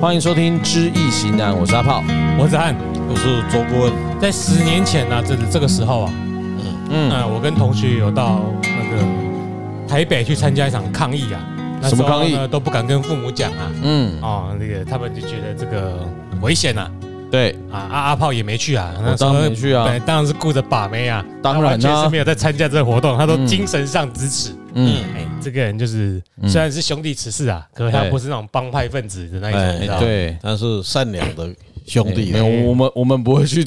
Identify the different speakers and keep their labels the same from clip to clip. Speaker 1: 欢迎收听《知易行难》，我是阿炮。
Speaker 2: 我子翰，
Speaker 3: 我是周顾问，
Speaker 2: 在十年前呢、啊，这这个时候啊，嗯，
Speaker 1: 嗯，
Speaker 2: 呃，我跟同学有到那个台北去参加一场抗议啊，那时
Speaker 1: 什
Speaker 2: 候
Speaker 1: 么抗议
Speaker 2: 呢都不敢跟父母讲啊，
Speaker 1: 嗯，
Speaker 2: 哦，那个他们就觉得这个危险啊，
Speaker 1: 对，
Speaker 2: 啊，阿阿炮也没去啊，
Speaker 1: 我
Speaker 2: 那时
Speaker 1: 当
Speaker 2: 候
Speaker 1: 然没去啊
Speaker 2: 对，当然是顾着把妹啊，
Speaker 1: 当
Speaker 2: 他
Speaker 1: 然
Speaker 2: 完全
Speaker 1: 啊
Speaker 2: 是没有在参加这个活动，他都
Speaker 1: 嗯
Speaker 2: 精神上支持。
Speaker 1: 嗯，
Speaker 2: 哎，这个人就是
Speaker 1: 嗯
Speaker 2: 虽然是兄弟此事啊，可是他
Speaker 1: 哎
Speaker 2: 不是那种帮派分子的那一种，
Speaker 3: 哎
Speaker 2: 你知道吗？
Speaker 1: 对，哎
Speaker 3: 他是善良的兄弟
Speaker 1: 没
Speaker 3: 啊，
Speaker 1: 有，我们我们不会去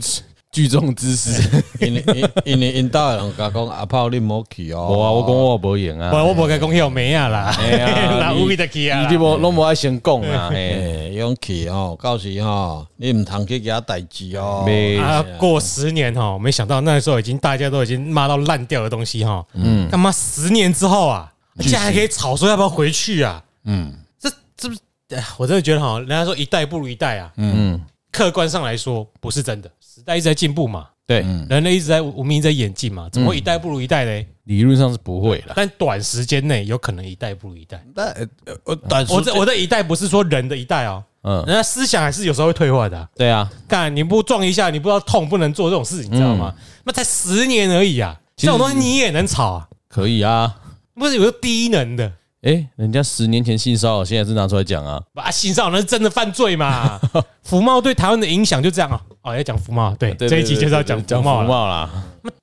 Speaker 1: 聚众滋事。
Speaker 3: 因为因为因为因大人甲讲阿炮你莫去哦，
Speaker 1: 我啊，我讲我无用
Speaker 2: 我
Speaker 1: 啊，
Speaker 2: 我无甲讲迄妹啊啦，
Speaker 1: 哎 呀
Speaker 2: 那
Speaker 1: 你
Speaker 2: 无意的去啊
Speaker 1: 你
Speaker 2: 啦
Speaker 1: 都。无拢无爱先讲啊，嘿，
Speaker 3: 哎，勇气哦，到时吼，你唔通去惹代志哦，
Speaker 1: 没
Speaker 2: 啊，过十年哈，没想到那时候已经大家都已经骂到烂掉的东西哈，嗯，干嘛十年之后啊，竟然还可以吵说要不要回去啊？嗯，这这不，哎我真的觉得哈，人家说一代不如一代啊，
Speaker 1: 嗯，
Speaker 2: 客观上来说不是真的，时代一直在进步嘛，
Speaker 1: 对，
Speaker 2: 人类一直在文明一直在演进嘛，怎么会一代不如一代嘞？
Speaker 1: 理论上是不会啦。
Speaker 2: 但短时间内有可能一代不如一代。
Speaker 3: 那呃我但是
Speaker 2: 我这我的一代不是说人的一代哦，
Speaker 1: 嗯，
Speaker 2: 人家思想还是有时候会退化的啊、
Speaker 1: 对啊，
Speaker 2: 干你不撞一下，你不知道痛，不能做这种事，你知道吗？那才十年而已啊，
Speaker 1: 嗯其实
Speaker 2: 这种东西你也能吵啊？
Speaker 1: 可以啊。
Speaker 2: 不是有个低能的，
Speaker 1: 诶，人家十年前性骚扰，现在是拿出来讲啊。
Speaker 2: 把性骚扰那是真的犯 罪嘛？福茂对台湾的影响就这样啊。哦，要讲福茂，对，
Speaker 1: 啊对
Speaker 2: 这一集就是要讲福
Speaker 1: 讲
Speaker 2: 茂
Speaker 1: 福
Speaker 2: 了。
Speaker 1: 茂啦，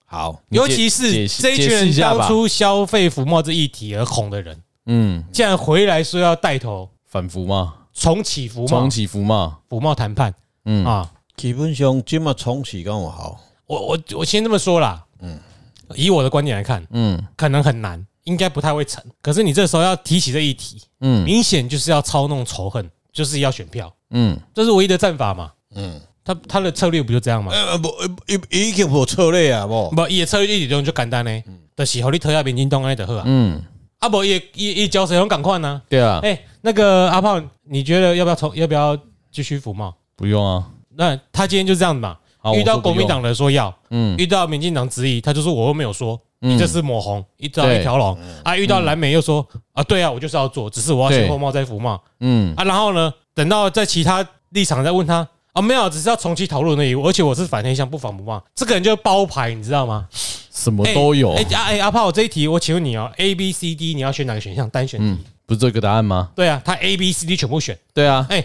Speaker 3: 好，
Speaker 1: 你
Speaker 2: 尤
Speaker 1: 解
Speaker 2: 其是
Speaker 1: 解释
Speaker 2: 这一群
Speaker 1: 解释一
Speaker 2: 人
Speaker 1: 下吧
Speaker 2: 当初消费福茂这一体而红的人，
Speaker 1: 嗯，
Speaker 2: 竟然回来说要带头
Speaker 1: 反福茂，
Speaker 2: 重启福茂
Speaker 1: 重，启福茂，
Speaker 2: 福茂谈判，
Speaker 1: 嗯
Speaker 2: 啊，
Speaker 3: 基本上今嘛冲洗跟我好，
Speaker 2: 我我我先这么说啦，嗯，以我的观点来看，
Speaker 1: 嗯
Speaker 2: 可能很难，应该不太会成。可是你这时候要提起这一题，
Speaker 1: 嗯
Speaker 2: 明显就是要操弄仇恨，就是要选票，
Speaker 1: 嗯，
Speaker 2: 这是唯一的战法嘛。
Speaker 3: 嗯，
Speaker 2: 他他的策略不就这样吗？
Speaker 3: 呃不伊伊已经无策略啊，
Speaker 1: 哦
Speaker 3: 无，
Speaker 2: 不，伊的策略一点就简单呢，就是互你投下民进党安就好啊。
Speaker 1: 嗯，
Speaker 2: 啊不，伊伊伊交谁拢赶快呢？
Speaker 1: 对啊，
Speaker 2: 哎，那个阿炮，你觉得要不要从要不要继续服贸？
Speaker 1: 不用啊。
Speaker 2: 那他今天就这样子嘛，
Speaker 1: 好
Speaker 2: 遇到
Speaker 1: 啊我说不
Speaker 2: 国
Speaker 1: 用
Speaker 2: 民党的说要，
Speaker 1: 嗯
Speaker 2: 遇到民进党质疑，他就说我又没有说，
Speaker 1: 嗯
Speaker 2: 你这是抹红，一招
Speaker 1: 对嗯
Speaker 2: 一条龙啊！遇到蓝莓又说啊，对啊，我就是要做，只是我要
Speaker 1: 对
Speaker 2: 先破帽再服帽
Speaker 1: 嗯
Speaker 2: 啊。然后呢，等到在其他立场再问他啊，没有，只是要重启讨论而已，而且我是反黑箱不反不骂，这个人就包牌，你知道吗？，
Speaker 1: 什么都有
Speaker 2: 哎，阿哎阿炮，我这一题我请问你哦，A B C D 你要选哪个选项单选题？
Speaker 1: 嗯，不是这个答案吗？
Speaker 2: 对啊，他 A B C D 全部选。
Speaker 1: 对啊，
Speaker 2: 哎，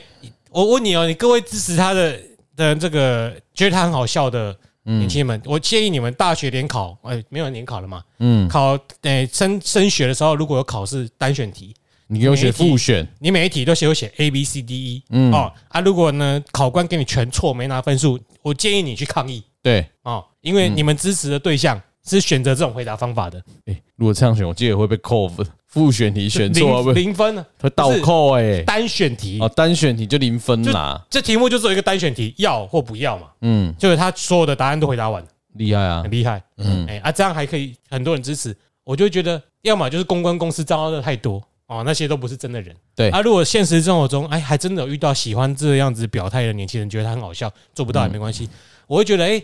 Speaker 2: 我问你哦，你各位支持他的的这个觉得他很好笑的
Speaker 1: 嗯
Speaker 2: 年轻人们，我建议你们大学联考，哎，没有联考了嘛，
Speaker 1: 嗯，
Speaker 2: 考诶升升学的时候，如果有考试单选题，
Speaker 1: 你给我写复选，
Speaker 2: 你每一题都写有写 A B C D E，
Speaker 1: 嗯
Speaker 2: 哦啊，如果呢考官给你全错没拿分数，我建议你去抗议
Speaker 1: 对，
Speaker 2: 哦，因
Speaker 1: 嗯
Speaker 2: 为你们支持的对象是选择这种回答方法的，
Speaker 1: 哎，如果这样选，我记得会被扣分，复选题选错
Speaker 2: 零
Speaker 1: 会
Speaker 2: 零分呢，啊
Speaker 1: 会倒扣哎，
Speaker 2: 单选题
Speaker 1: 哦，单选题就零分啦，
Speaker 2: 这题目就只有一个单选题，要或不要嘛，
Speaker 1: 嗯，
Speaker 2: 就是他所有的答案都回答完，
Speaker 1: 厉害啊
Speaker 2: 很，厉害，嗯，哎啊，这样还可以很多人支持，我就会觉得，要么就是公关公司招的太多哦，那些都不是真的人。
Speaker 1: 对
Speaker 2: 啊，如果现实生活中，哎，还真的有遇到喜欢这样子表态的年轻人，觉得他很好笑，做不到
Speaker 1: 嗯
Speaker 2: 也没关系，我会觉得，哎，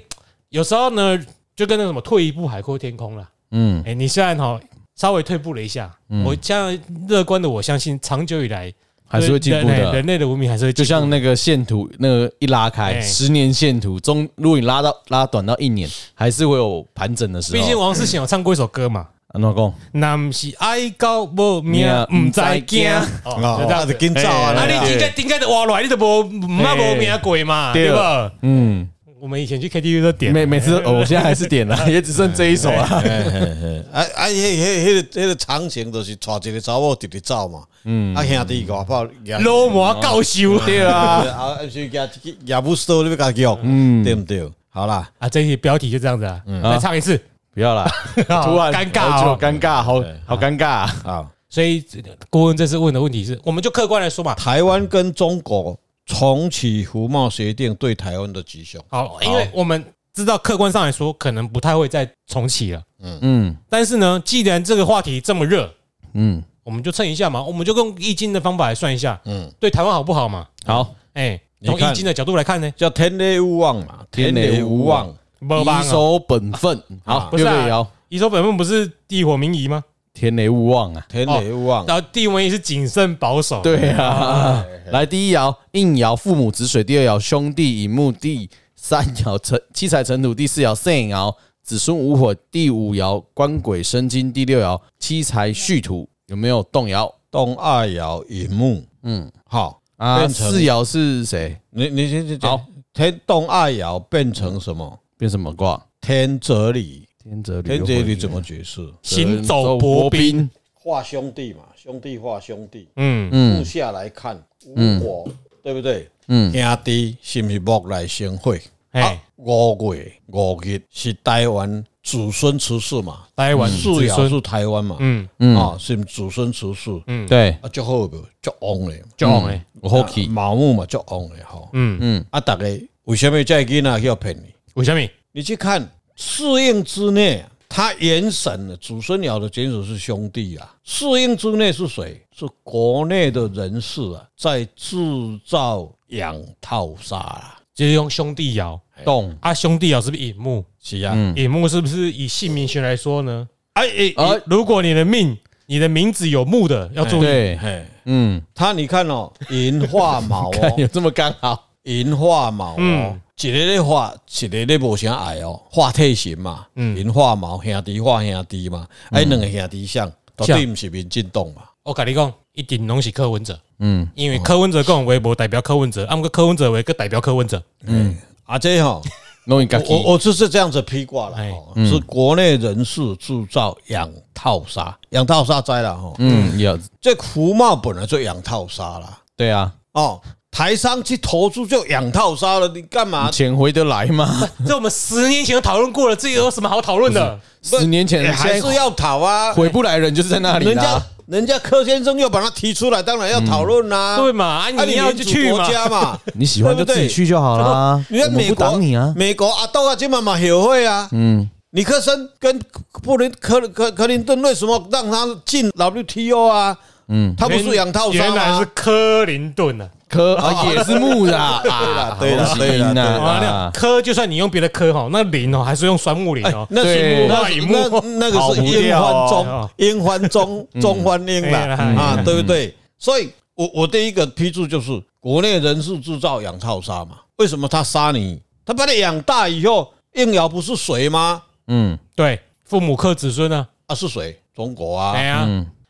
Speaker 2: 有时候呢，就跟那什么退一步海阔天空了。
Speaker 1: 嗯
Speaker 2: 哎，你虽然哈稍微退步了一下，我这样乐观的，我相信长久以来
Speaker 1: 还是会进步的
Speaker 2: 人人类的文明还是会进
Speaker 1: 就
Speaker 2: 步
Speaker 1: 像那个线图，那个一拉开，
Speaker 2: 哎
Speaker 1: 十年线图中，如果你拉到拉短到一年，还是会有盘整的时候。
Speaker 2: 毕竟王世贤有唱过一首歌嘛，
Speaker 1: 安怎讲？
Speaker 2: 那不是爱到无命，唔知惊，哦，就这样
Speaker 3: 就
Speaker 2: 子。
Speaker 3: 紧走啊，
Speaker 2: 啊，
Speaker 3: 你啊
Speaker 2: 你顶该顶该活落来，你都无唔捌无命过嘛，
Speaker 1: 对
Speaker 2: 对吧？
Speaker 1: 嗯，
Speaker 2: 我们以前去 KTV 都点，哎
Speaker 1: 每每次哦我现在还是点 了，也只剩这一首了。
Speaker 3: 嘿嘿嘿啊啊！迄迄迄个迄个场景，就是带一个查某直直走嘛。嗯，啊兄弟外口也
Speaker 2: 老魔教授
Speaker 1: 对啊，
Speaker 3: 啊，是也也不收你要家叫，嗯，对不对？好啦，
Speaker 2: 啊，这些标题就这样子啊，再唱一次，
Speaker 1: 不要 啦，突然
Speaker 2: 尴尬
Speaker 1: 好
Speaker 2: 哦
Speaker 1: 久尴尬，好好尴尬啊。
Speaker 3: 啊，
Speaker 2: 所以郭文这次问的问题是，我们就客观来说嘛，
Speaker 3: 台湾跟中国重启服贸协定对台湾的吉凶，
Speaker 2: 好，因为我们知道客观上来说，可能不太会再重启了，
Speaker 1: 嗯
Speaker 2: 但是呢，既然这个话题这么热，
Speaker 1: 嗯，
Speaker 2: 我们就称一下嘛，我们就用易经的方法来算一下，
Speaker 3: 嗯，
Speaker 2: 对台湾好不好嘛？
Speaker 1: 好，
Speaker 2: 哎，
Speaker 3: 你
Speaker 2: 从
Speaker 3: 看
Speaker 2: 易经的角度来看呢，
Speaker 3: 叫天雷无妄嘛，
Speaker 1: 天雷无妄
Speaker 3: 天
Speaker 2: 没办
Speaker 1: 以
Speaker 2: 法
Speaker 1: 守本分。好，
Speaker 2: 不是
Speaker 1: 六
Speaker 2: 啊
Speaker 1: 六爻，
Speaker 2: 乙丑本命不是地火明夷吗？
Speaker 1: 天雷勿忘啊！
Speaker 3: 天雷勿忘，
Speaker 2: 然后第文也是谨慎保守，，
Speaker 1: 对啊，来第一爻应爻父母子水，第二爻兄弟引木，第三爻成七彩尘土，第四爻肾爻子孙无悔，第五爻官鬼生金，第六爻七财戌土，有没有动摇
Speaker 3: 动二爻引木，嗯，好，
Speaker 1: 啊？
Speaker 3: 变成
Speaker 1: 四爻是谁？
Speaker 3: 你你先先
Speaker 1: 好，
Speaker 3: 天动二爻变成什么？
Speaker 1: 变什么卦？
Speaker 3: 天泽理，
Speaker 1: 天泽履，
Speaker 3: 天泽理怎么解释？
Speaker 2: 行
Speaker 1: 嗯
Speaker 2: 走薄冰，。
Speaker 3: 化兄弟嘛，兄弟化兄弟，
Speaker 2: 嗯，
Speaker 3: 目下来看无我，对不对？嗯，兄弟是不是木来生会？
Speaker 2: 哎，
Speaker 3: 五月五日是台湾祖孙出世嘛，
Speaker 2: 台湾
Speaker 3: 四
Speaker 2: 子
Speaker 3: 爻
Speaker 2: 孙，
Speaker 3: 是台湾嘛，
Speaker 2: 嗯，
Speaker 3: 嗯啊，是祖孙出世，嗯，
Speaker 1: 对，
Speaker 3: 啊，足好个，足旺嘞，
Speaker 2: 就哎，
Speaker 1: 我 hockey
Speaker 3: 盲目嘛，足旺嘞吼，
Speaker 2: 嗯
Speaker 3: 嗯，啊，大家为什么这囡仔要骗你？
Speaker 2: 为什么？
Speaker 3: 你去看四应之内，他原神的祖孙爻的简属是兄弟啊。四应之内是谁？是国内的人士啊，在制造养套杀啊啦。
Speaker 2: 就是用兄弟爻
Speaker 1: 动
Speaker 2: 啊，兄弟爻是不是引木？
Speaker 3: 是啊，
Speaker 2: 引木是不是以姓名学来说呢？哎
Speaker 1: 啊哎
Speaker 2: 哎，如果你的命，你的名字有木的，要注意。
Speaker 1: 对，
Speaker 3: 嘿，
Speaker 1: 嗯，
Speaker 3: 他你看哦，银化卯
Speaker 1: 看有
Speaker 3: 哦，
Speaker 1: 这么刚好，
Speaker 3: 银化卯哦
Speaker 2: 嗯，
Speaker 3: 一个咧化，一个咧无啥爱哦，化体型嘛，银化卯兄弟化兄弟嘛，哎，两个兄弟像，绝对不是民进党嘛。
Speaker 2: 我跟你讲，一定拢是柯文哲，
Speaker 1: 嗯，
Speaker 2: 因为柯文哲讲微博代表柯文哲，啊，毋过柯文哲为个代表柯文哲，
Speaker 3: 嗯，啊，这吼、
Speaker 1: 弄一个
Speaker 3: 我我就是这样子披挂了
Speaker 2: 哎，
Speaker 3: 哦是国内人士制造养套杀，养套杀灾了哈。
Speaker 1: 嗯，有
Speaker 3: 这福茂本来就养套杀了
Speaker 1: 对啊，
Speaker 3: 哦，台商去投资就养套杀了，你干嘛？
Speaker 2: 嗯
Speaker 1: 钱回得来吗？
Speaker 2: 这我们十年前讨论过了，这有什么好讨论的？
Speaker 1: 十年前
Speaker 3: 哎还是要讨啊，
Speaker 1: 回不来，人就是在那里
Speaker 3: 人家
Speaker 1: 啦。
Speaker 3: 人家柯先生又把它提出来，当然要讨论啦。
Speaker 2: 对嘛？啊，
Speaker 3: 啊，
Speaker 2: 你要
Speaker 3: 民
Speaker 2: 就
Speaker 3: 主
Speaker 2: 去嘛
Speaker 3: 国？家 嘛，
Speaker 1: 你喜欢就自己去就好啦，
Speaker 3: 你看
Speaker 1: 我们
Speaker 3: 美
Speaker 1: 不
Speaker 3: 国，
Speaker 1: 挡你啊。
Speaker 3: 美国阿斗啊，今晚嘛协会啊，嗯，尼克森跟布林克克克林顿为什么让他进 WTO 啊？嗯，他不是养套杀
Speaker 2: 原来是
Speaker 3: 吗？
Speaker 2: 柯林顿啊！
Speaker 1: 科啊也是木的啊，啊
Speaker 3: 对啦
Speaker 1: 恭喜
Speaker 3: 对啦
Speaker 1: 你
Speaker 3: 对
Speaker 1: 呐
Speaker 3: 啦
Speaker 2: 哇，那
Speaker 1: 啊
Speaker 2: 柯就算你用别的柯哈，那林哦还是用酸木林哦。
Speaker 3: 那是
Speaker 1: 对
Speaker 3: 那是那那个
Speaker 2: 跑
Speaker 3: 是
Speaker 2: 不
Speaker 3: 英
Speaker 2: 掉
Speaker 3: 欢
Speaker 2: 哦
Speaker 3: 中英欢中
Speaker 1: 嗯
Speaker 3: 中欢英啦
Speaker 2: 哎呀
Speaker 3: 啊，对不对？所以我我第一个批注就是国内人士制造养套杀嘛，为什么他杀你？他把你养大以后，应爻不是谁吗？
Speaker 1: 嗯，
Speaker 2: 对，父母克子孙啊，
Speaker 3: 啊，是谁？中国啊
Speaker 2: 哎，呀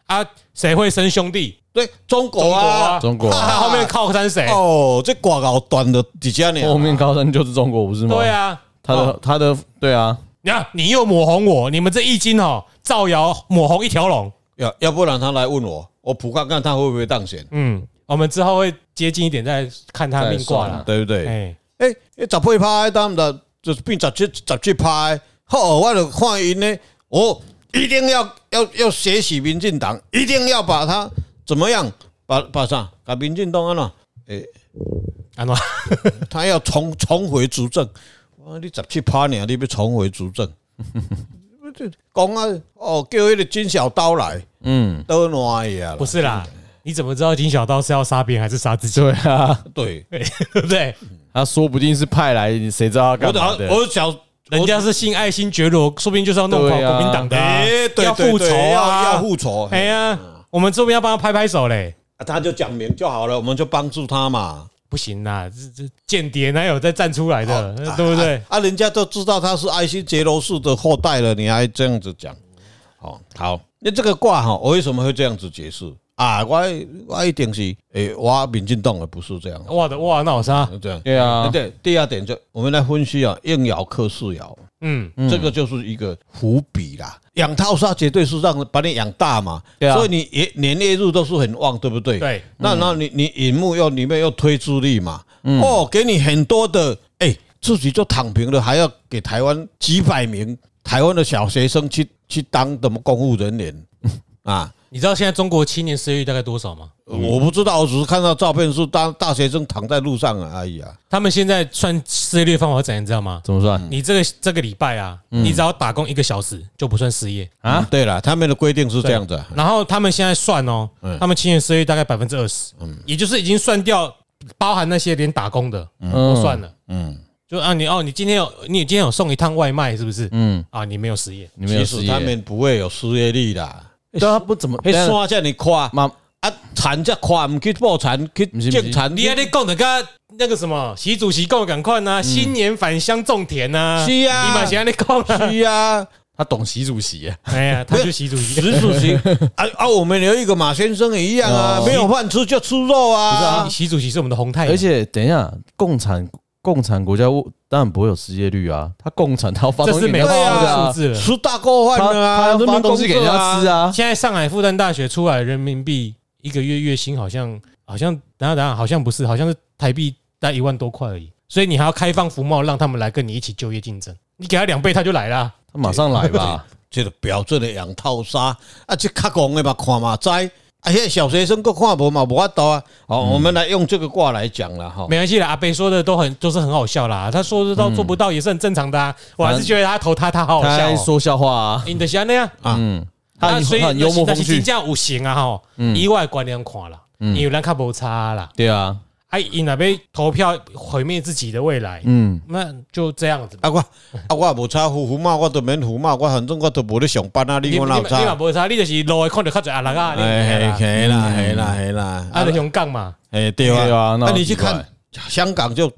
Speaker 2: 啊，谁会生兄弟？
Speaker 3: 对
Speaker 2: 中
Speaker 3: 中国
Speaker 2: 国
Speaker 3: 啊
Speaker 2: 啊，，
Speaker 1: 中国
Speaker 2: 那后面靠山谁？
Speaker 3: 哦，这广告短的几家呢？
Speaker 1: 后面高山就是中国不是吗？
Speaker 2: 对，啊，
Speaker 1: 他的他的对啊，
Speaker 2: 你看你又抹红我，你们这一斤哦，造谣抹红一条龙。
Speaker 3: 要要不然他来问我，我卜看看他会不会当选，
Speaker 2: 嗯，我们之后会接近一点再看他命卦
Speaker 1: 再
Speaker 2: 了
Speaker 1: 算。
Speaker 3: 对不对？
Speaker 2: 哎，
Speaker 3: 哎，十八拍，当唔得，就是变十七十七拍，好，我就看因呢，我一定要要要学习民进党，一定要把他怎么样，把把啥，把民进党啊呢，
Speaker 2: 安诺，
Speaker 3: 他要重重回主政，哇你十七拍呢，你要重回主政。讲啊，哦，叫迄个金小刀来，
Speaker 1: 嗯，
Speaker 3: 刀烂去啊啦
Speaker 2: 不，是啦，你怎么知道金小刀是要杀别人还是杀自己？
Speaker 1: 对啊，
Speaker 3: 对，
Speaker 2: 对不对？
Speaker 1: 他说不定是派来，谁知道他
Speaker 3: 我
Speaker 1: 干嘛
Speaker 3: 早
Speaker 1: 的？
Speaker 3: 我小
Speaker 2: 人家是信爱新觉罗，说不定就是要弄垮
Speaker 1: 对啊
Speaker 2: 国民党的啊
Speaker 3: 哎，，对
Speaker 2: 要复
Speaker 3: 对
Speaker 2: 仇
Speaker 3: 对要要
Speaker 2: 啊！
Speaker 3: 复仇。嗯
Speaker 2: 哎呀，我们这边要帮他拍拍手嘞。
Speaker 3: 啊他就讲明就好了，我们就帮助他嘛，
Speaker 2: 不行啦，这这间谍哪有再站出来的，呃对不对？
Speaker 3: 啊，人家都知道他是爱新觉罗氏的后代了，你还这样子讲？好，好，那这个卦哈，我为什么会这样子解释啊？我我一定是诶、我民进党的不是这样，
Speaker 2: 哇的哇，那我杀，
Speaker 3: 这样。
Speaker 1: 对啊，
Speaker 3: 对，第二点就我们来分析啊，应爻克四爻，
Speaker 2: 嗯，
Speaker 3: 这个就是一个伏笔啦。养套杀绝对是让把你养大嘛，
Speaker 1: 对啊
Speaker 3: 所以你也年月日都是很旺，对不对？
Speaker 2: 对，嗯
Speaker 3: 那那你你荧幕又里面又推助力嘛，哦，给你很多的，哎，自己就躺平了，还要给台湾几百名台湾的小学生去去当什么公务 人员啊？
Speaker 2: 你知道现在中国青年失业率大概多少吗？
Speaker 3: 我不知道，我只是看到照片是当大学生躺在路上啊而已啊。
Speaker 2: 他们现在算失业率方法怎样，你知道吗？
Speaker 1: 怎么算
Speaker 2: 你这个这个礼拜啊，
Speaker 3: 嗯
Speaker 2: 你只要打工一个小时就不算失业。
Speaker 1: 啊？
Speaker 3: 对了，他们的规定是这样子啊，
Speaker 2: 然后他们现在算哦，
Speaker 3: 嗯
Speaker 2: 他们青年失业率大概百分之二十，也就是已经算掉包含那些连打工的都算了。
Speaker 3: 嗯，
Speaker 2: 就啊，你哦，你今天有你今天有送一趟外卖是不是？
Speaker 1: 嗯，
Speaker 2: 啊，你没有失业，
Speaker 1: 你没有
Speaker 3: 其
Speaker 1: 失
Speaker 3: 实他
Speaker 1: 业，
Speaker 3: 们不会有失业率的。
Speaker 1: 对啊，不怎么
Speaker 3: 迄山遮尼宽，
Speaker 1: 妈
Speaker 3: 啊田遮宽，毋去破田，去
Speaker 1: 不是不是
Speaker 3: 种田，
Speaker 2: 你还得讲的跟那个什么习主席讲赶快呐，新年返乡种田呐，
Speaker 3: 嗯是啊
Speaker 2: 你马先还得讲 啊，
Speaker 3: 是啊，
Speaker 1: 他懂习主席耶，
Speaker 2: 哎呀，他就习主 席，
Speaker 3: 习主席啊啊，我们有一个马先生也一样啊
Speaker 1: 哦，
Speaker 3: 没有饭吃就吃肉啊，
Speaker 2: 习主席是我们的红太阳，
Speaker 1: 而且等一下，共产共产国家当然不会有失业率啊，他共产他要发
Speaker 2: 这
Speaker 1: 东西
Speaker 2: 是
Speaker 1: 给
Speaker 2: 没
Speaker 1: 人
Speaker 2: 报
Speaker 1: 家吃的
Speaker 2: 的数
Speaker 1: 啊，
Speaker 2: 字了。
Speaker 3: 吃大锅
Speaker 1: 他
Speaker 3: 饭的
Speaker 1: 他
Speaker 3: 啊，
Speaker 1: 要
Speaker 3: 人
Speaker 1: 发
Speaker 3: 民
Speaker 1: 东西给人家吃
Speaker 3: 啊，
Speaker 1: 啊，
Speaker 2: 现在上海复旦大学出来人民币一个月月薪好像好像等下等下好像不是，好像是台币大概一万多块而已。所以你还要开放服贸，让他们来跟你一起就业竞争。你给他两倍，他就来啦。
Speaker 1: 他马上来吧，
Speaker 3: 这个标准的养套杀啊，这较戆的嘛看嘛知，啊，迄个小学生佫看无嘛无法度啊，哦，我们来用这个卦来讲了
Speaker 1: 哦
Speaker 3: 哈。
Speaker 2: 没关系啦，阿贝说的都很都是很好笑啦。他说得到做不到也是很正常的啊。我还是觉得他投他他好好
Speaker 1: 他
Speaker 2: 笑
Speaker 1: 在
Speaker 2: 哦。
Speaker 1: 说笑话啊，
Speaker 2: 你的像那样，啊
Speaker 1: 嗯，他很
Speaker 2: 所以
Speaker 1: 他很幽默风
Speaker 2: 评
Speaker 1: 趣，嗯
Speaker 2: 价五行啊吼，意外观念看啦，因为咱较无差啦。
Speaker 1: 对啊，
Speaker 2: 哎，因那边投票毁灭自己的未来，
Speaker 1: 嗯，
Speaker 2: 那就这样子吧。
Speaker 3: 啊我啊我也无差胡胡嘛，我都免胡嘛，我反正我都无咧上班啊，
Speaker 2: 你
Speaker 3: 你
Speaker 2: 你
Speaker 3: 我哪有
Speaker 2: 嘛你嘛
Speaker 3: 差？
Speaker 2: 无差，你就是路会看到较侪阿力啊，你
Speaker 3: 哎，
Speaker 2: 哎啦，
Speaker 3: 嘿啦嘿啦嘿啦，
Speaker 2: 啊，就香港嘛，
Speaker 3: 哎对
Speaker 1: 对
Speaker 3: 啊，
Speaker 1: 啊，
Speaker 3: 那
Speaker 1: 很
Speaker 3: 你去
Speaker 1: 奇怪
Speaker 3: 看，香港就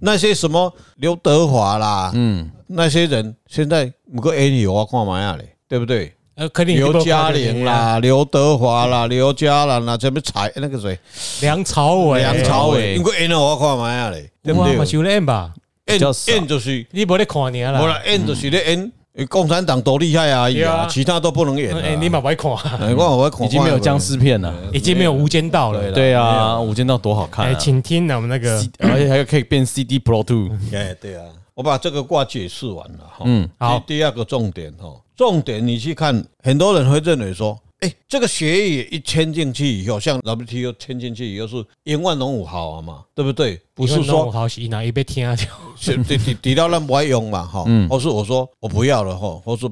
Speaker 3: 那些什么刘德华啦，
Speaker 1: 嗯，
Speaker 3: 那些人现在不过 A 有啊，看嘛呀嘞，对不对？
Speaker 2: 呃，肯定你
Speaker 3: 刘
Speaker 2: 不
Speaker 3: 嘉
Speaker 2: 看到
Speaker 3: 玲
Speaker 2: 你啊，
Speaker 3: 啦，刘德华啦，刘嘉兰啦，什么才那个谁，
Speaker 2: 梁朝伟，
Speaker 3: 梁朝
Speaker 1: 哎
Speaker 3: 伟，因为 N 我看嘛呀嘞，对不
Speaker 2: 哇，嘛
Speaker 3: 对
Speaker 2: 就演吧，
Speaker 1: 比
Speaker 3: ？N
Speaker 1: 较少嗯
Speaker 3: N 就是，
Speaker 2: 你无咧看你
Speaker 3: 无
Speaker 2: 啦，
Speaker 3: 啦，N 就是咧 N，共产党多厉害啊，
Speaker 2: 对啊
Speaker 3: 啊，其他都不能演
Speaker 2: 哎，
Speaker 3: 啊。
Speaker 2: 你嘛不爱看 啊，
Speaker 3: 哎我我看
Speaker 1: 已经没有僵，尸片了，
Speaker 2: 已经没有无间道了。
Speaker 1: 对啊，《无间道》多好看
Speaker 2: 哎，
Speaker 1: 啊，
Speaker 2: 请听我们那个
Speaker 1: C- 而且还可以变 CD Pro Two，
Speaker 2: 嗯
Speaker 3: 哎，对啊，我把这个卦解释完了哈。
Speaker 1: 嗯，
Speaker 2: 好
Speaker 3: 第第二个重点哈，重点你去看，很多人会认为说，哎，这个血液一牵进去以后，像 WTO 牵进去以后是英万农五好啊嘛，对不对？不是
Speaker 2: 因为我
Speaker 3: 说
Speaker 2: 好喜哪一被听啊，
Speaker 3: 是抵抵抵到那不爱用嘛哈，
Speaker 2: 嗯
Speaker 3: 或是我说我不要了哈，或是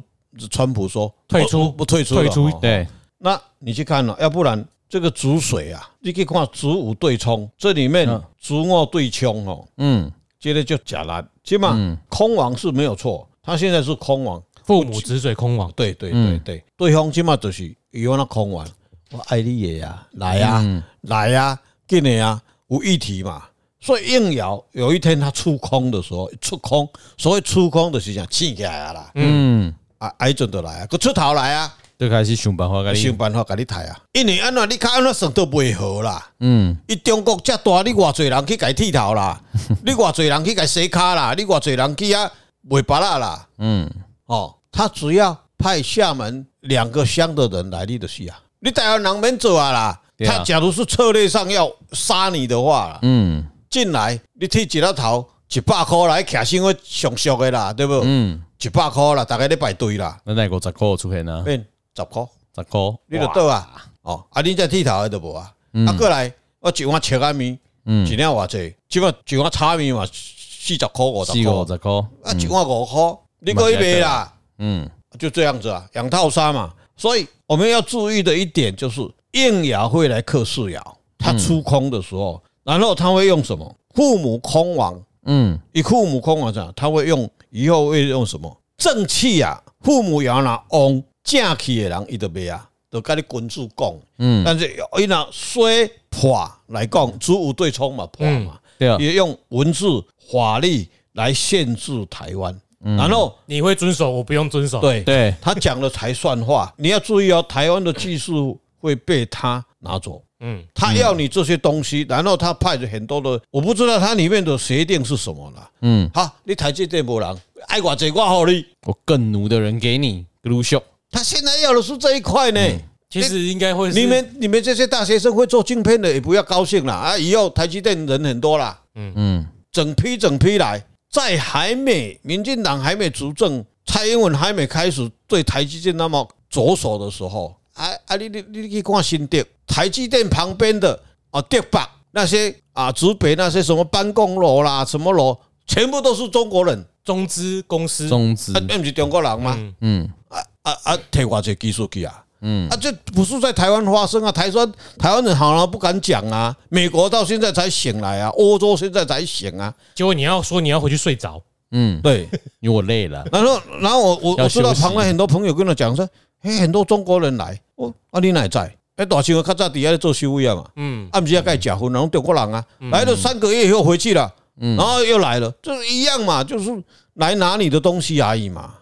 Speaker 3: 川普说
Speaker 2: 退出
Speaker 3: 我不退出了
Speaker 2: 退出
Speaker 3: 哈
Speaker 1: 对，
Speaker 3: 那你去看了、要不然这个主水啊，你可以看主午对冲，这里面
Speaker 1: 嗯
Speaker 3: 主午对冲哦，
Speaker 1: 嗯，
Speaker 3: 接着就假蓝，起码
Speaker 2: 嗯
Speaker 3: 空王是没有错，他现在是空王，
Speaker 2: 父母子水空亡，
Speaker 3: 对对对
Speaker 1: 嗯
Speaker 3: 对，对方起码就是伊那空王，我爱你也呀，来呀、
Speaker 1: 嗯
Speaker 3: 来啊呀、紧的呀，有议题嘛。所以应爻有一天他出空的时候，出空，所谓出空就是讲醒起来啊啦，
Speaker 1: 嗯，
Speaker 3: 啊，癌症就来啊，佮出头来啊，
Speaker 1: 就开始想办法给
Speaker 3: 想
Speaker 1: 你，
Speaker 3: 办法甲你抬啊。因为安怎你看安怎算都袂好啦。
Speaker 1: 嗯，
Speaker 3: 伊中国遮大，你偌侪人去改剃 头啦，你偌侪人去改洗骹啦，你偌侪人去啊卖巴啦啦。
Speaker 1: 嗯，
Speaker 3: 哦，他只要派厦门两个乡的人来，你就是啊。你台湾人免做啊啦。
Speaker 1: 对啊
Speaker 3: 他假如是策略上要杀你的话啦，
Speaker 1: 嗯，
Speaker 3: 进来你剃一个头一百箍来，徛新闻上俗的啦，对不？
Speaker 1: 嗯，
Speaker 3: 一百箍啦，大概咧排队啦，
Speaker 1: 那那个十块出现啊，
Speaker 3: 变十箍。
Speaker 1: 十块，
Speaker 3: 你就倒啊。哦，啊，恁这剃头的都无啊。啊，过来，我一碗切干面，
Speaker 1: 嗯
Speaker 3: 一两偌济，即马一碗炒面嘛，四十箍五
Speaker 1: 四
Speaker 3: 十
Speaker 1: 五
Speaker 3: 箍，
Speaker 1: 十块，
Speaker 3: 啊，一碗五箍，你可以卖啦，
Speaker 1: 嗯
Speaker 3: 就这样子啊，养套杀嘛。所以我们要注意的一点就是，应爻会来克世爻，它
Speaker 1: 嗯
Speaker 3: 出空的时候，然后他会用什么？父母空亡，
Speaker 1: 嗯
Speaker 3: 以父母空亡上，他会用以后会用什么正气啊？父母爻拿旺正气的人，伊就袂啊，就甲你君子讲。
Speaker 1: 嗯，
Speaker 3: 但是伊若衰破来讲，主无对冲嘛，破嘛，
Speaker 1: 对啊，
Speaker 3: 也用文字法律来限制台湾。然后
Speaker 2: 你会遵守，我不用遵守。，
Speaker 3: 对
Speaker 1: 对，
Speaker 3: 他讲了才算话，你要注意哦，台湾的技术会被他拿走。
Speaker 2: 嗯，
Speaker 3: 他要你这些东西，然后他派着很多的，我不知道它里面的协定是什么啦。
Speaker 1: 嗯，
Speaker 3: 好，你台积电无人爱我这我好你，
Speaker 1: 我更奴的人给你，卢秀，
Speaker 3: 他现在要的是这一块呢。
Speaker 2: 其实应该会是
Speaker 3: 你们你们这些大学生会做晶片的，也不要高兴啦啊！以后台积电人很多啦，
Speaker 1: 嗯
Speaker 3: 整批整批来，在还没民进党还没执政，蔡英文还没开始对台积电那么着手的时候，啊啊，你你你去看新店，台积电旁边的啊，德北那些啊，竹北那些什么办公楼啦，什么楼，全部都是中国人，
Speaker 2: 中资公司
Speaker 1: 中资
Speaker 3: 啊，，那不是中国人吗？
Speaker 2: 嗯
Speaker 1: 嗯
Speaker 3: 啊啊啊，提偌济技术去啊！
Speaker 1: 嗯
Speaker 3: 啊，这不是在台湾发生啊，台湾台湾人好像不敢讲啊，美国到现在才醒来啊，欧洲现在才醒啊，
Speaker 2: 结果你要说你要回去睡着，
Speaker 1: 嗯，
Speaker 3: 对，
Speaker 1: 因为我累了，
Speaker 3: 然后，然后我我
Speaker 1: 要
Speaker 3: 我知道
Speaker 1: 休息
Speaker 3: 旁边很多朋友跟我讲说，哎、嘿，很多中国人来，哦，啊，你哪在？哎，大清较早底下做修业嘛，
Speaker 2: 嗯，
Speaker 3: 啊，不是要盖假婚，然后中国人啊，来了三个月以后回去了，
Speaker 1: 嗯
Speaker 3: 然后又来了，就是一样嘛，就是来拿你的东西而已嘛。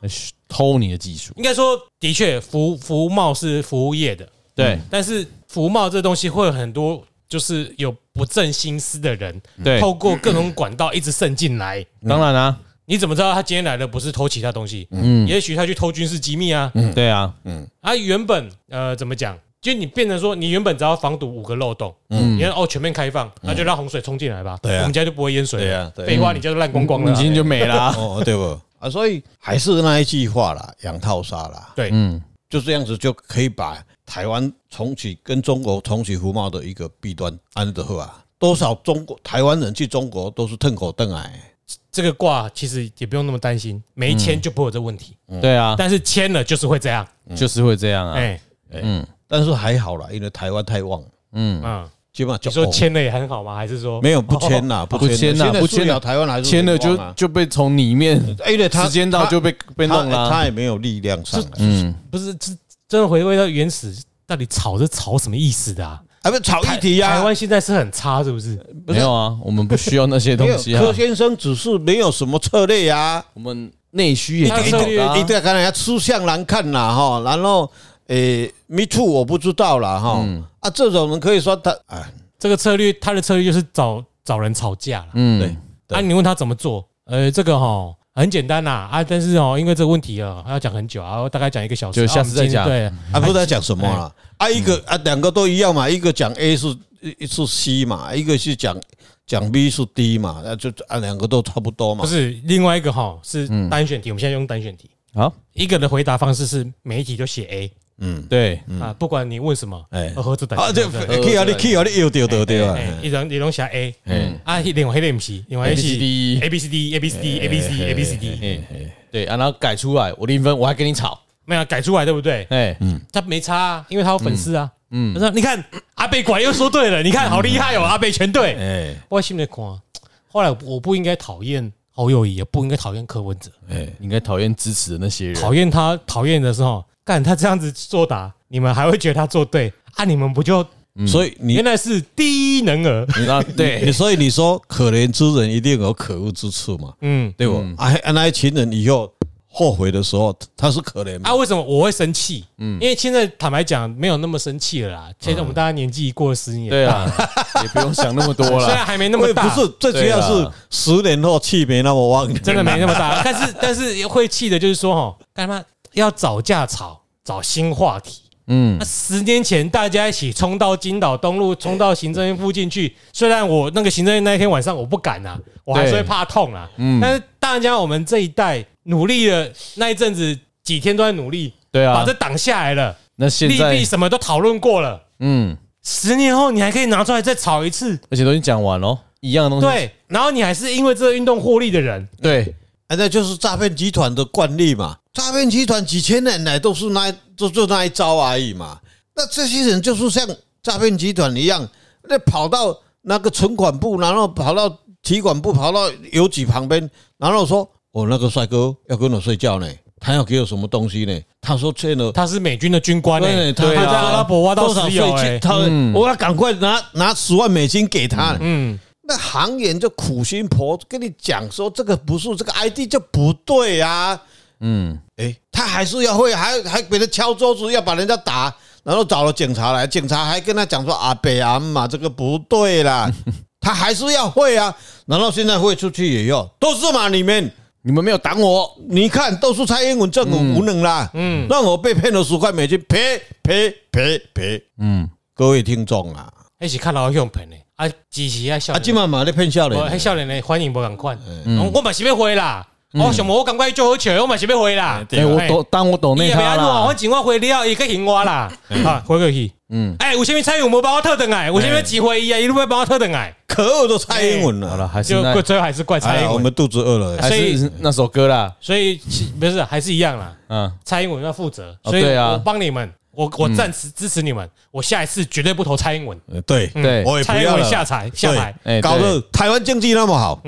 Speaker 1: 偷你的技术，
Speaker 2: 应该说的确，服服贸是服务业的，
Speaker 3: 嗯
Speaker 1: 对
Speaker 2: 但是服贸这东西会有很多就是有不正心思的人，
Speaker 1: 对，
Speaker 2: 透过各种管道一直渗进来。
Speaker 3: 嗯
Speaker 1: 当然啊，
Speaker 2: 你怎么知道他今天来的不是偷其他东西？嗯，也许他去偷军事机密啊。
Speaker 3: 嗯
Speaker 1: 对啊，
Speaker 2: 啊，原本呃怎么讲？就你变成说，你原本只要防堵五个漏洞，嗯，你看哦全面开放，那就让洪水冲进来吧，
Speaker 3: 对啊
Speaker 2: 我们家就不会淹水了，
Speaker 3: 对啊对啊
Speaker 2: 废话，你家都烂光光了
Speaker 1: 你
Speaker 2: 啊，
Speaker 1: 今天就没啦、
Speaker 3: 哦，对不？啊，所以还是那一句话啦，养套杀啦，
Speaker 2: 对，
Speaker 1: 嗯，
Speaker 3: 就这样子就可以把台湾重启跟中国重启服贸的一个弊端安德赫啊，多少中国台湾人去中国都是腾口瞪哎，
Speaker 2: 这个卦其实也不用那么担心，没
Speaker 3: 嗯
Speaker 2: 签就不会有这问题，
Speaker 1: 对啊，
Speaker 2: 但是签了就是会这样，
Speaker 1: 就是会这
Speaker 3: 嗯
Speaker 1: 样啊，
Speaker 2: 哎，
Speaker 3: 但是还好啦，因为台湾太旺，
Speaker 2: 嗯，
Speaker 3: 基本上就
Speaker 2: 你说
Speaker 3: 哦
Speaker 2: 签了也很好吗？还是说
Speaker 3: 没有不签啦，不
Speaker 1: 不签啦
Speaker 3: 现在
Speaker 1: 哦不签
Speaker 3: 输
Speaker 1: 啦
Speaker 3: 了台湾还是
Speaker 1: 签了
Speaker 3: 很
Speaker 1: 就
Speaker 3: 旺啊
Speaker 1: 就被从里面，
Speaker 3: 因为他
Speaker 1: 时间到就被被弄啊
Speaker 3: 他
Speaker 1: 啦
Speaker 3: 他。也没有力量上来，
Speaker 1: 嗯，
Speaker 2: 不是？这真的回归到原始，到底吵是吵什么意思的啊？
Speaker 3: 还不炒议题
Speaker 2: 台
Speaker 3: 呀。
Speaker 2: 湾现在是很差，是不是？
Speaker 3: 不是
Speaker 1: 没有啊，我们不需要那些
Speaker 3: 没
Speaker 1: 东
Speaker 3: 有，
Speaker 1: 西啊，
Speaker 3: 柯先生只是没有什么策略呀、
Speaker 1: 我们内需也
Speaker 3: 一定
Speaker 1: 没
Speaker 3: 一
Speaker 1: 有
Speaker 2: 策略
Speaker 1: 啊
Speaker 3: 定一定要跟人家吃相难看啦哈，然后诶、m e too 我不知道啦哈、
Speaker 2: 嗯
Speaker 3: 啊，这种人可以说他啊，
Speaker 2: 这个策略，他的策略就是找找人吵架了。
Speaker 1: 嗯
Speaker 3: 对，对
Speaker 2: 啊，你问他怎么做？呃，这个哈很简单呐啊，但是哦，因为这个问题啊，要讲很久啊，大概讲一个小时，
Speaker 1: 就
Speaker 2: 啊
Speaker 1: 下次再讲
Speaker 2: 我们今天
Speaker 3: 啊不知道讲什么啦，
Speaker 2: 哎
Speaker 3: 啊一
Speaker 2: 嗯
Speaker 3: 个啊两个都一样嘛，一个讲 A 是是 C 嘛，一个是讲讲 B 是 D 嘛，那就啊两个都差不多
Speaker 2: 对，
Speaker 3: 嘛
Speaker 2: 不，是另外一个哈是
Speaker 3: 嗯
Speaker 2: 单选题，我们现在用单选题。
Speaker 1: 好，
Speaker 2: 一个的回答方式是每一题都写
Speaker 3: 嗯，
Speaker 1: 对，
Speaker 2: A 啊，不管你问什么，
Speaker 3: 哎
Speaker 2: 哎，合作等
Speaker 3: 啊就
Speaker 2: 对不对
Speaker 3: 去啊你去啊你又对对对啊，
Speaker 2: 哎一种一种写 A，
Speaker 1: 嗯
Speaker 2: 啊，另外迄个不是，另外那
Speaker 1: A B
Speaker 2: 是
Speaker 1: C D
Speaker 2: A B C D 哎 A B C D A B C D A B C D，
Speaker 1: 嗯，对啊，然后改出来，我零分，我还跟你吵，
Speaker 2: 没有改出来对不对？
Speaker 1: 哎，
Speaker 3: 嗯
Speaker 2: 他没差、啊，因为他有粉丝啊。嗯，他说：“你看阿贝管又说对了，你看好厉害哦，阿贝全对。
Speaker 3: 哎
Speaker 2: 我心里看，后来我不应该讨厌侯友谊，也不应该讨厌柯文哲，
Speaker 3: 哎，
Speaker 1: 你应该讨厌支持的那些人，
Speaker 2: 讨厌他讨厌的时候，干他这样子作答，你们还会觉得他做对啊？你们不就
Speaker 3: 嗯所以你
Speaker 2: 原来是低能儿？
Speaker 1: 啊，
Speaker 3: 你
Speaker 2: 嗯
Speaker 1: 对，
Speaker 3: 所以你说可怜之人一定有可恶之处嘛，
Speaker 2: 嗯
Speaker 3: 对不？啊啊那一群人以后后悔的时候，他是可怜嘛
Speaker 2: 啊，，为什么我会生气？嗯，因为现在坦白讲，没有那么生气了啦。现在我们大家年纪过了十年，
Speaker 1: 对啊，也不用想那么多
Speaker 2: 虽然
Speaker 1: 了，
Speaker 2: 还没那么
Speaker 3: 我也
Speaker 2: 大，啊
Speaker 3: 不是，最主要
Speaker 1: 对
Speaker 3: 是
Speaker 1: 啦
Speaker 3: 十年后气没那么旺，
Speaker 2: 真的没那 么大。但是但是会气的就是说，哈，干嘛要找架吵，找新话题？
Speaker 1: 嗯
Speaker 2: 那，十年前大家一起冲到金岛东路，冲到行政院附近去。虽然我那个行政院那一天晚上我不敢啊，我还是会怕痛啊。
Speaker 1: 嗯
Speaker 2: 但是大家我们这一代努力了那一阵子，几天都在努力，
Speaker 1: 对
Speaker 2: 把
Speaker 1: 啊
Speaker 2: 这，挡下来了，
Speaker 1: 那现
Speaker 2: 利
Speaker 1: 在
Speaker 2: 弊，什么都讨论过了。
Speaker 1: 嗯，
Speaker 2: 十年后你还可以拿出来再吵一次，
Speaker 1: 而且都已经讲完了，一样的东西，
Speaker 2: 对，然后你还是因为这个运动获利的人，
Speaker 1: 对，
Speaker 3: 哎，那就是诈骗集团的惯例嘛。诈骗集团几千年来都是那一就就那一招而已嘛。那这些人就是像诈骗集团一样，那跑到那个存款部，然后跑到提款部，跑到邮局旁边，然后说：“我、那个帅哥要跟我睡觉呢，他要给我什么东西呢？”他说：“欠了。”
Speaker 2: 他是美军的军官呢、
Speaker 3: 对，
Speaker 2: 他在
Speaker 3: 要
Speaker 2: 阿拉伯挖到
Speaker 3: 多少
Speaker 2: 石
Speaker 3: 税
Speaker 2: 油、
Speaker 3: 金
Speaker 2: 欸，
Speaker 3: 他我要赶快拿拿十万美金给他。
Speaker 2: 嗯，
Speaker 3: 那行员就苦心婆跟你讲说，这个不是这个 ID 就不对啊。
Speaker 1: 嗯，
Speaker 3: 诶，他还是要会，还还给他敲桌子，要把人家打，然后找了警察来，警察还跟他讲说啊，北阿嘛，这个不对啦，他还是要会啊。然后现在会出去也要，都是嘛，你们
Speaker 1: 你们没有挡我，
Speaker 3: 你看，都是蔡英文政府无能啦，嗯，让我被骗了十块美金，赔赔赔赔。
Speaker 1: 嗯，
Speaker 3: 各位听众啊，
Speaker 2: 一起看老用盆呢，啊，支持啊，少
Speaker 3: 啊，今
Speaker 2: 年，
Speaker 3: 晚嘛在骗笑
Speaker 2: 我
Speaker 3: 脸
Speaker 2: 迄，少年的反应无共款，嗯我嘛是要回啦，我想无我赶快做好笑，我嘛是要回啦，
Speaker 1: 哎，我懂，当我懂
Speaker 2: 啊
Speaker 1: 那
Speaker 2: 你也没
Speaker 1: 他
Speaker 2: 安怎，
Speaker 1: 啦
Speaker 2: 反，正我回了，伊个行我啦，啊，回过去，嗯，哎，有啥物蔡有无帮我特等来，有啥物指挥伊啊，伊都要帮我特等来，
Speaker 3: 可恶的蔡英文啊
Speaker 1: 哎好
Speaker 3: 了。
Speaker 1: 了，还是
Speaker 2: 就
Speaker 1: 那，
Speaker 2: 最后还是怪蔡
Speaker 3: 哎呀，
Speaker 2: 英
Speaker 3: 我
Speaker 2: 文，
Speaker 3: 们肚子饿了。
Speaker 1: 还是那首歌啦，
Speaker 2: 所以其不是还是一样啦，
Speaker 1: 嗯，
Speaker 2: 蔡英文要负责，
Speaker 1: 哦
Speaker 2: 所以
Speaker 1: 对啊
Speaker 2: 我帮你们，我我暂时支持你们，我下一次绝对不投蔡英文，嗯
Speaker 3: 呃对
Speaker 1: 对
Speaker 3: 我也不
Speaker 2: 蔡英
Speaker 3: 要
Speaker 2: 文
Speaker 3: 了。
Speaker 2: 下台下台，
Speaker 1: 哎对
Speaker 3: 对，搞得台湾经济那么好，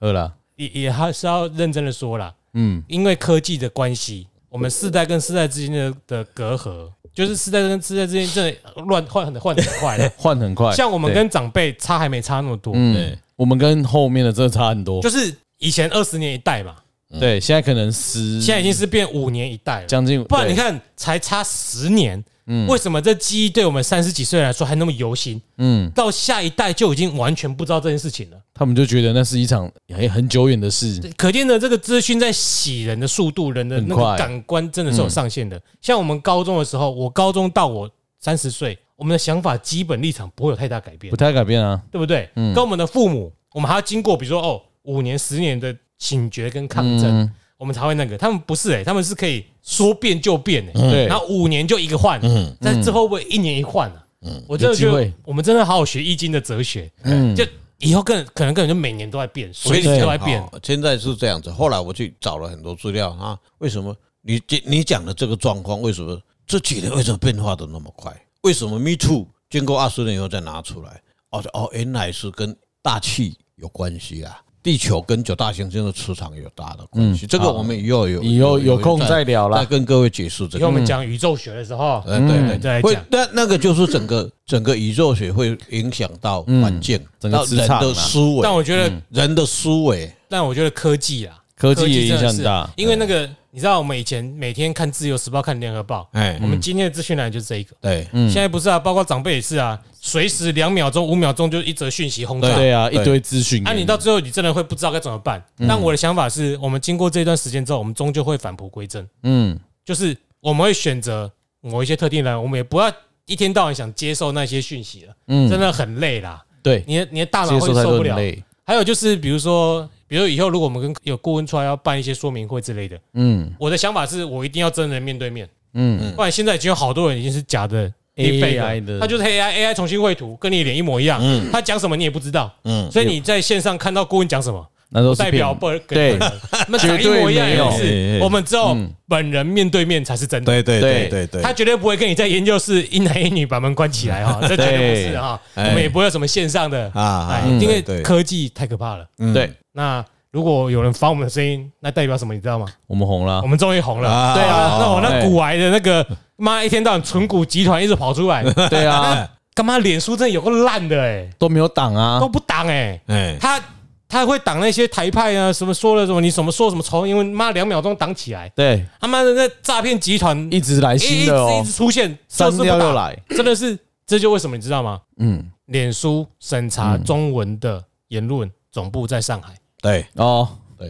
Speaker 1: 饿了，
Speaker 2: 也也还是要认真的说啦，
Speaker 1: 嗯，。
Speaker 2: 因为科技的关系，我我们世代跟世代之间的的隔阂，就是世代跟世代之间真的乱换很换得很快的
Speaker 1: 换很快，
Speaker 2: 像我们
Speaker 1: 对
Speaker 2: 跟长辈差还没差那么多，
Speaker 1: 嗯，我们跟后面的真的差很多
Speaker 2: 就，是以前二十年一代嘛，
Speaker 1: 对，现在可能十，
Speaker 2: 现在已经是变五年一代了。
Speaker 1: 将近，
Speaker 2: 不然你
Speaker 1: 对，
Speaker 2: 看才差十年，为什么这记忆对我们三十几岁来说还那么犹新？
Speaker 1: 嗯，
Speaker 2: 到下一代就已经完全不知道这件事情了。
Speaker 1: 他们就觉得那是一场很很久远的事，
Speaker 2: 可见的这个资讯在洗人的速度，人的
Speaker 1: 很
Speaker 2: 那个
Speaker 1: 快嗯
Speaker 2: 感官真的是有上限的。像我们高中的时候，我高中到我三十岁，我们的想法基本立场不会有太大改变
Speaker 1: 不，太改变啊，
Speaker 2: 对不对？跟我们的父母，我们还要经过比如说哦五年、十年的警觉跟抗争，
Speaker 1: 嗯，
Speaker 2: 我们才会那个。他们不是哎、他们是可以说变就变哎、
Speaker 1: 嗯对嗯
Speaker 2: 然，后五年就一个换，但之后会一年一换啊。我真的觉
Speaker 1: 有
Speaker 2: 得
Speaker 1: 机会
Speaker 2: 我们真的好好学易经的哲学，欸
Speaker 1: 嗯
Speaker 2: 就以后更可能根本就每年都在变，
Speaker 3: 我
Speaker 2: 随
Speaker 3: 跟你
Speaker 2: 时
Speaker 3: 讲
Speaker 2: 都在变
Speaker 3: 哦。现在是这样子，后来我去找了很多资料啊，为什么你这你讲的这个状况，为什么这几年为什么变化的那么快？为什么 Me Too 经过二十年以后再拿出来？哦哦，原来是跟大气有关系啊，地球跟九大行星的磁场有大的关系。这个我们嗯以后有
Speaker 1: 以后有空再
Speaker 3: 再
Speaker 1: 聊
Speaker 3: 再
Speaker 1: 啦，
Speaker 3: 跟各位解释这
Speaker 2: 以后我
Speaker 3: 个。
Speaker 2: 们讲宇宙学的时候，嗯
Speaker 3: 呃，对对
Speaker 2: 再来
Speaker 3: 会
Speaker 2: 讲，
Speaker 3: 那那个就是整个整个宇宙学会影响到环境，
Speaker 1: 整个
Speaker 3: 到
Speaker 1: 磁
Speaker 3: 人
Speaker 1: 场啊
Speaker 3: 的思
Speaker 2: 但
Speaker 3: 维，
Speaker 2: 我觉得，
Speaker 3: 人的思维。
Speaker 2: 但我觉得科技啊，
Speaker 1: 嗯科技也影响
Speaker 2: 真的是
Speaker 1: 很大，嗯
Speaker 2: 因为那个你知道，我们以前每天看《自由时报》、看《联合报》，
Speaker 1: 嗯
Speaker 3: 哎
Speaker 2: 我，们今天的资讯栏就是这一个。
Speaker 3: 对，
Speaker 2: 现在不是啊，包括长辈也是啊，随时两秒钟、五秒钟就一则讯息轰炸。
Speaker 1: 对嗯啊，
Speaker 3: 对
Speaker 1: 一堆资讯，
Speaker 2: 啊，你到最后你真的会不知道该怎么办。但我的想法是，我们经过这段时间之后，我们终究会返璞归真，
Speaker 1: 嗯，
Speaker 2: 就是我们会选择某一些特定人，我们也不要一天到晚想接受那些讯息了，
Speaker 1: 嗯
Speaker 2: 真的很累啦。
Speaker 1: 对，
Speaker 2: 你的你的大
Speaker 1: 接
Speaker 2: 脑
Speaker 1: 受
Speaker 2: 会
Speaker 1: 太
Speaker 2: 受
Speaker 1: 多
Speaker 2: 不
Speaker 1: 很
Speaker 2: 了。
Speaker 1: 累，
Speaker 2: 还有就是，比如说，比如以后如果我们跟有顾问出来要办一些说明会之类的，
Speaker 1: 嗯
Speaker 2: 我的想法是我一定要真人面对面，
Speaker 1: 嗯
Speaker 2: 不然现在已经有好多人已经是假的 deepfake 了
Speaker 1: AI 的
Speaker 2: 他就是 AI，AI 重新绘图，跟你脸一模一样，他讲什么你也不知道，
Speaker 3: 嗯
Speaker 2: 所以你在线上看到顾问讲什么，
Speaker 1: 那都
Speaker 2: 不
Speaker 1: 是
Speaker 2: 代表
Speaker 1: 骗
Speaker 2: 本
Speaker 1: 对
Speaker 2: 人，那长一模一样也
Speaker 1: 绝对
Speaker 3: 没
Speaker 2: 是，
Speaker 3: 有
Speaker 2: 我们只有本人面对面才是真的。
Speaker 3: 对对
Speaker 1: 对
Speaker 3: 对对对，
Speaker 2: 他绝对不会跟你在研究室一男一女把门关起来哈，这绝对不是哈。我
Speaker 3: 对
Speaker 2: 们也不会有什么线上的
Speaker 3: 啊
Speaker 2: 哎
Speaker 3: 嗯
Speaker 2: 因为
Speaker 3: 对对
Speaker 2: 科技太可怕了。
Speaker 1: 你对，
Speaker 2: 那如果有人仿我们的声音，那代表什么？你知道吗？
Speaker 1: 我们红了
Speaker 2: 我，们终于红了。
Speaker 3: 啊
Speaker 2: 对啊，
Speaker 3: 哦
Speaker 2: 那我那
Speaker 1: 哎
Speaker 2: 古癌的那个妈，一天到晚纯股集团一直跑 出来，
Speaker 1: 对啊，
Speaker 2: 干嘛脸书真的有个烂的哎，
Speaker 1: 都没有挡啊
Speaker 2: 都，不挡哎，
Speaker 3: 哎，
Speaker 2: 他他会挡那些台派啊，什么说了什么你什么说什么仇，因为妈两秒钟挡起来，
Speaker 1: 对，
Speaker 2: 他妈的那诈骗集团
Speaker 1: 一直来
Speaker 2: 一
Speaker 1: 新
Speaker 2: 直
Speaker 1: 的哦
Speaker 2: 一直，出现，
Speaker 1: 删
Speaker 2: 就是不
Speaker 1: 掉
Speaker 2: 打
Speaker 1: 又，来，
Speaker 2: 真的是这就为什么你知道吗？
Speaker 1: 嗯，
Speaker 2: 脸书审查中文的言论总部在上海，
Speaker 3: 对，
Speaker 1: 哦，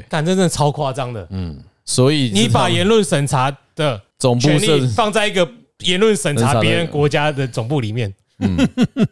Speaker 2: 干这真的超夸张的。
Speaker 3: 嗯，
Speaker 1: 所以
Speaker 2: 你
Speaker 1: 是他
Speaker 2: 把
Speaker 1: 们
Speaker 2: 言论审查的
Speaker 1: 总部
Speaker 2: 权利
Speaker 1: 设
Speaker 2: 放在一个言论审查别人国家的总部里面，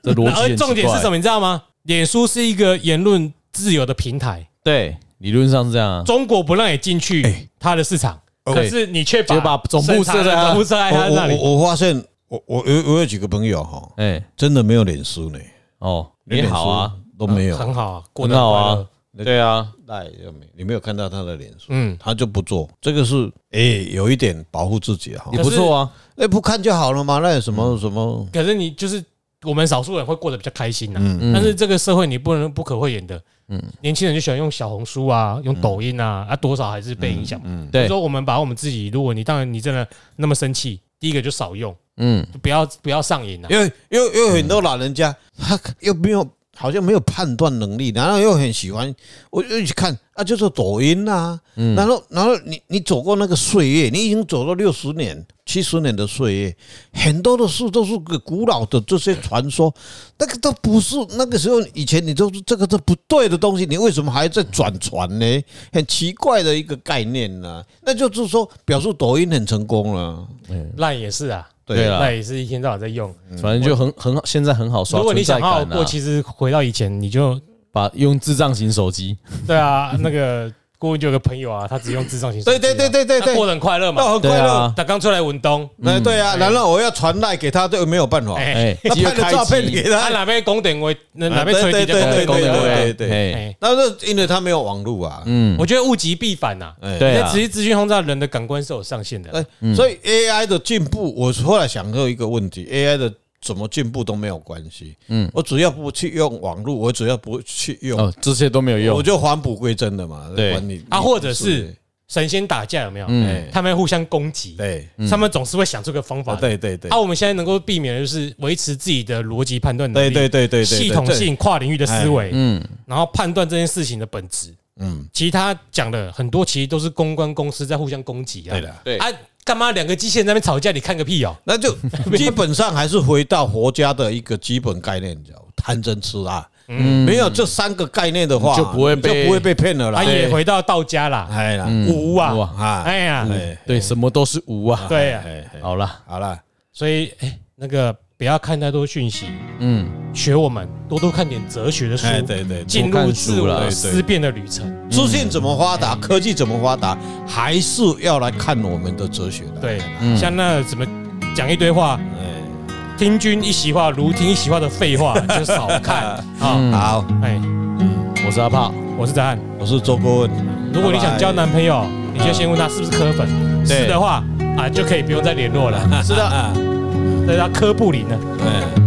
Speaker 1: 的逻辑
Speaker 2: 而
Speaker 1: 很奇怪，
Speaker 2: 重点是什么？你知道吗？脸书是一个言论自由的平台，
Speaker 1: 对，理论上是这样啊，
Speaker 2: 中国不让你进去它的市场，可是你却
Speaker 1: 哎哦就把总部
Speaker 2: 审查的
Speaker 1: 设在它哦
Speaker 2: 总部设在他那
Speaker 3: 我
Speaker 2: 里。
Speaker 3: 我我发现我我有我有几个朋友哈，
Speaker 1: 哎，
Speaker 3: 真的没有脸书呢，
Speaker 1: 哦，
Speaker 3: 连
Speaker 1: 也
Speaker 3: 脸书
Speaker 1: 好啊，
Speaker 3: 都没有，
Speaker 2: 很好啊，过
Speaker 1: 很
Speaker 2: 得很
Speaker 1: 好
Speaker 2: 快乐
Speaker 1: 啊，，对啊，
Speaker 3: 赖又没，你没有看到他的脸书，
Speaker 2: 嗯，
Speaker 3: 他就不做，这个是哎有一点保护自己哈
Speaker 1: 也，
Speaker 2: 可
Speaker 1: 不
Speaker 2: 是
Speaker 1: 错啊，
Speaker 3: 那不看就好了嘛，那有什么什么，
Speaker 2: 可是你就是我们少数人会过得比较开心呐、啊
Speaker 1: 嗯
Speaker 2: 但是这个社会你不能不可讳言的，年轻人就喜欢用小红书啊，用抖音
Speaker 1: 嗯
Speaker 2: 啊，啊，多少还是被影响。嗯，
Speaker 1: 对
Speaker 2: 说我们把我们自己，如果你当然你真的那么生气，第一个就少用，
Speaker 1: 嗯，
Speaker 2: 就不要不要上瘾啊。
Speaker 3: 又又又很多老人家，他又没有好像没有判断能力，然后又很喜欢，我又去看啊，就是抖音啊，然后然后你你走过那个岁月，你已经走了六十年、七十年的岁月，很多的事都是个古老的这些传说，那个都不是那个时候以前你都是这个都不对的东西，你为什么还在转传呢？很奇怪的一个概念呢、那就是说表示抖音很成功了，
Speaker 2: 烂也是啊，
Speaker 1: 对啦
Speaker 2: 烂也是一天到晚在用。
Speaker 1: 反正就很很好，现在很好刷
Speaker 2: 如果你
Speaker 1: 存在
Speaker 2: 想好好
Speaker 1: 感
Speaker 2: 过，
Speaker 1: 啊，
Speaker 2: 其实回到以前你就
Speaker 1: 把用智障型手机，
Speaker 2: 对啊，那个顾问就有个朋友啊，他只用智障型手机
Speaker 3: 对
Speaker 2: 啊，
Speaker 3: 对对对对
Speaker 2: 他过
Speaker 3: 对，
Speaker 2: 得很快乐
Speaker 3: 那
Speaker 2: 嘛。
Speaker 3: 很快
Speaker 1: 对
Speaker 3: 乐
Speaker 1: 啊。哦
Speaker 2: 他刚出来文东，
Speaker 3: 哎，对啊，然后我要传赖给他，这没有办法，
Speaker 2: 哎
Speaker 1: 哎，
Speaker 3: 那
Speaker 1: 机
Speaker 3: 拍了照
Speaker 1: 开
Speaker 3: 片
Speaker 1: 机
Speaker 3: 给
Speaker 2: 他
Speaker 3: 他，
Speaker 2: 哪边拱顶位，那哪边
Speaker 3: 啊
Speaker 2: 吹
Speaker 3: 对
Speaker 2: 底
Speaker 3: 对对
Speaker 2: 就拱
Speaker 1: 功
Speaker 2: 顶
Speaker 1: 能
Speaker 2: 位
Speaker 1: 位，
Speaker 3: 对对对
Speaker 1: 哎，
Speaker 2: 哎，
Speaker 3: 那是因为他没有网络啊，
Speaker 1: 嗯，
Speaker 2: 我觉得物极必反呐、
Speaker 3: 哎
Speaker 1: 对
Speaker 2: 因为
Speaker 1: 啊
Speaker 2: 直接资讯轰炸人的感官是有上限的。
Speaker 3: 哎，所以 AI 的进步，我后来想到一个问题，AI 的怎么进步都没有关系，嗯，我只要不去用网络，我只要不去用，
Speaker 1: 哦，这些都没有用，
Speaker 3: 我就返璞归真的嘛，
Speaker 1: 对
Speaker 3: 管你
Speaker 2: 啊啊，或者是神仙打架有没有？哎
Speaker 1: 嗯
Speaker 2: 他们会互相攻击，
Speaker 3: 对，
Speaker 2: 他们总是会想出个方法
Speaker 3: 啊，
Speaker 2: 的。
Speaker 3: 对对对
Speaker 2: 啊，，我们现在能够避免的就是维持自己的逻辑判断能
Speaker 3: 对
Speaker 2: 力，
Speaker 3: 对对对对，
Speaker 2: 系统性跨领域的思维，
Speaker 1: 嗯
Speaker 2: 然后判断这件事情的本质。
Speaker 3: 嗯，
Speaker 2: 其他讲的很多其实都是公关公司在互相攻击啊。
Speaker 3: 对的。
Speaker 4: 对
Speaker 2: 啊，干嘛两个机器人在那边吵架？你看个屁哦！
Speaker 3: 那就基本上还是回到佛家的一个基本概念，叫贪嗔痴爱。嗯，没有这三个概念的话，
Speaker 1: 你就不会被
Speaker 3: 你就不会被骗了啦。
Speaker 2: 啊，也回到道家啦，
Speaker 3: 哎啦，
Speaker 2: 无
Speaker 1: 无
Speaker 2: 啊
Speaker 1: 啊，
Speaker 3: 啊，
Speaker 2: 哎呀，
Speaker 3: 哎，
Speaker 1: 对，什么都是无啊。
Speaker 2: 对啊，
Speaker 3: 哎，哎
Speaker 1: 好了，
Speaker 3: 好了，
Speaker 2: 所以哎，那个不要看太多讯息，
Speaker 1: 嗯，
Speaker 2: 学我们多多看点哲学的书
Speaker 3: 哎，，对对，
Speaker 2: 进
Speaker 1: 多
Speaker 2: 入
Speaker 1: 看
Speaker 2: 自
Speaker 1: 书啦
Speaker 2: 我
Speaker 3: 对对
Speaker 2: 思辨的旅程。
Speaker 3: 资讯怎么发达，科技怎么发达，还是要来看我们的哲学的。
Speaker 2: 对，像那怎么讲一堆话，
Speaker 3: 哎，
Speaker 2: 听君一席话，如听一席话的废话，就少 看啊。
Speaker 3: 好，
Speaker 2: 哎，
Speaker 1: 我是阿炮，
Speaker 2: 我是子安。
Speaker 3: 我是周顾问，
Speaker 2: 如果你想交男朋友，你就先问他是不是科粉，
Speaker 3: 对
Speaker 2: 是的话啊，就可以不用再联络了。
Speaker 1: 是的，
Speaker 2: 对，他科布林呢？
Speaker 3: 哎。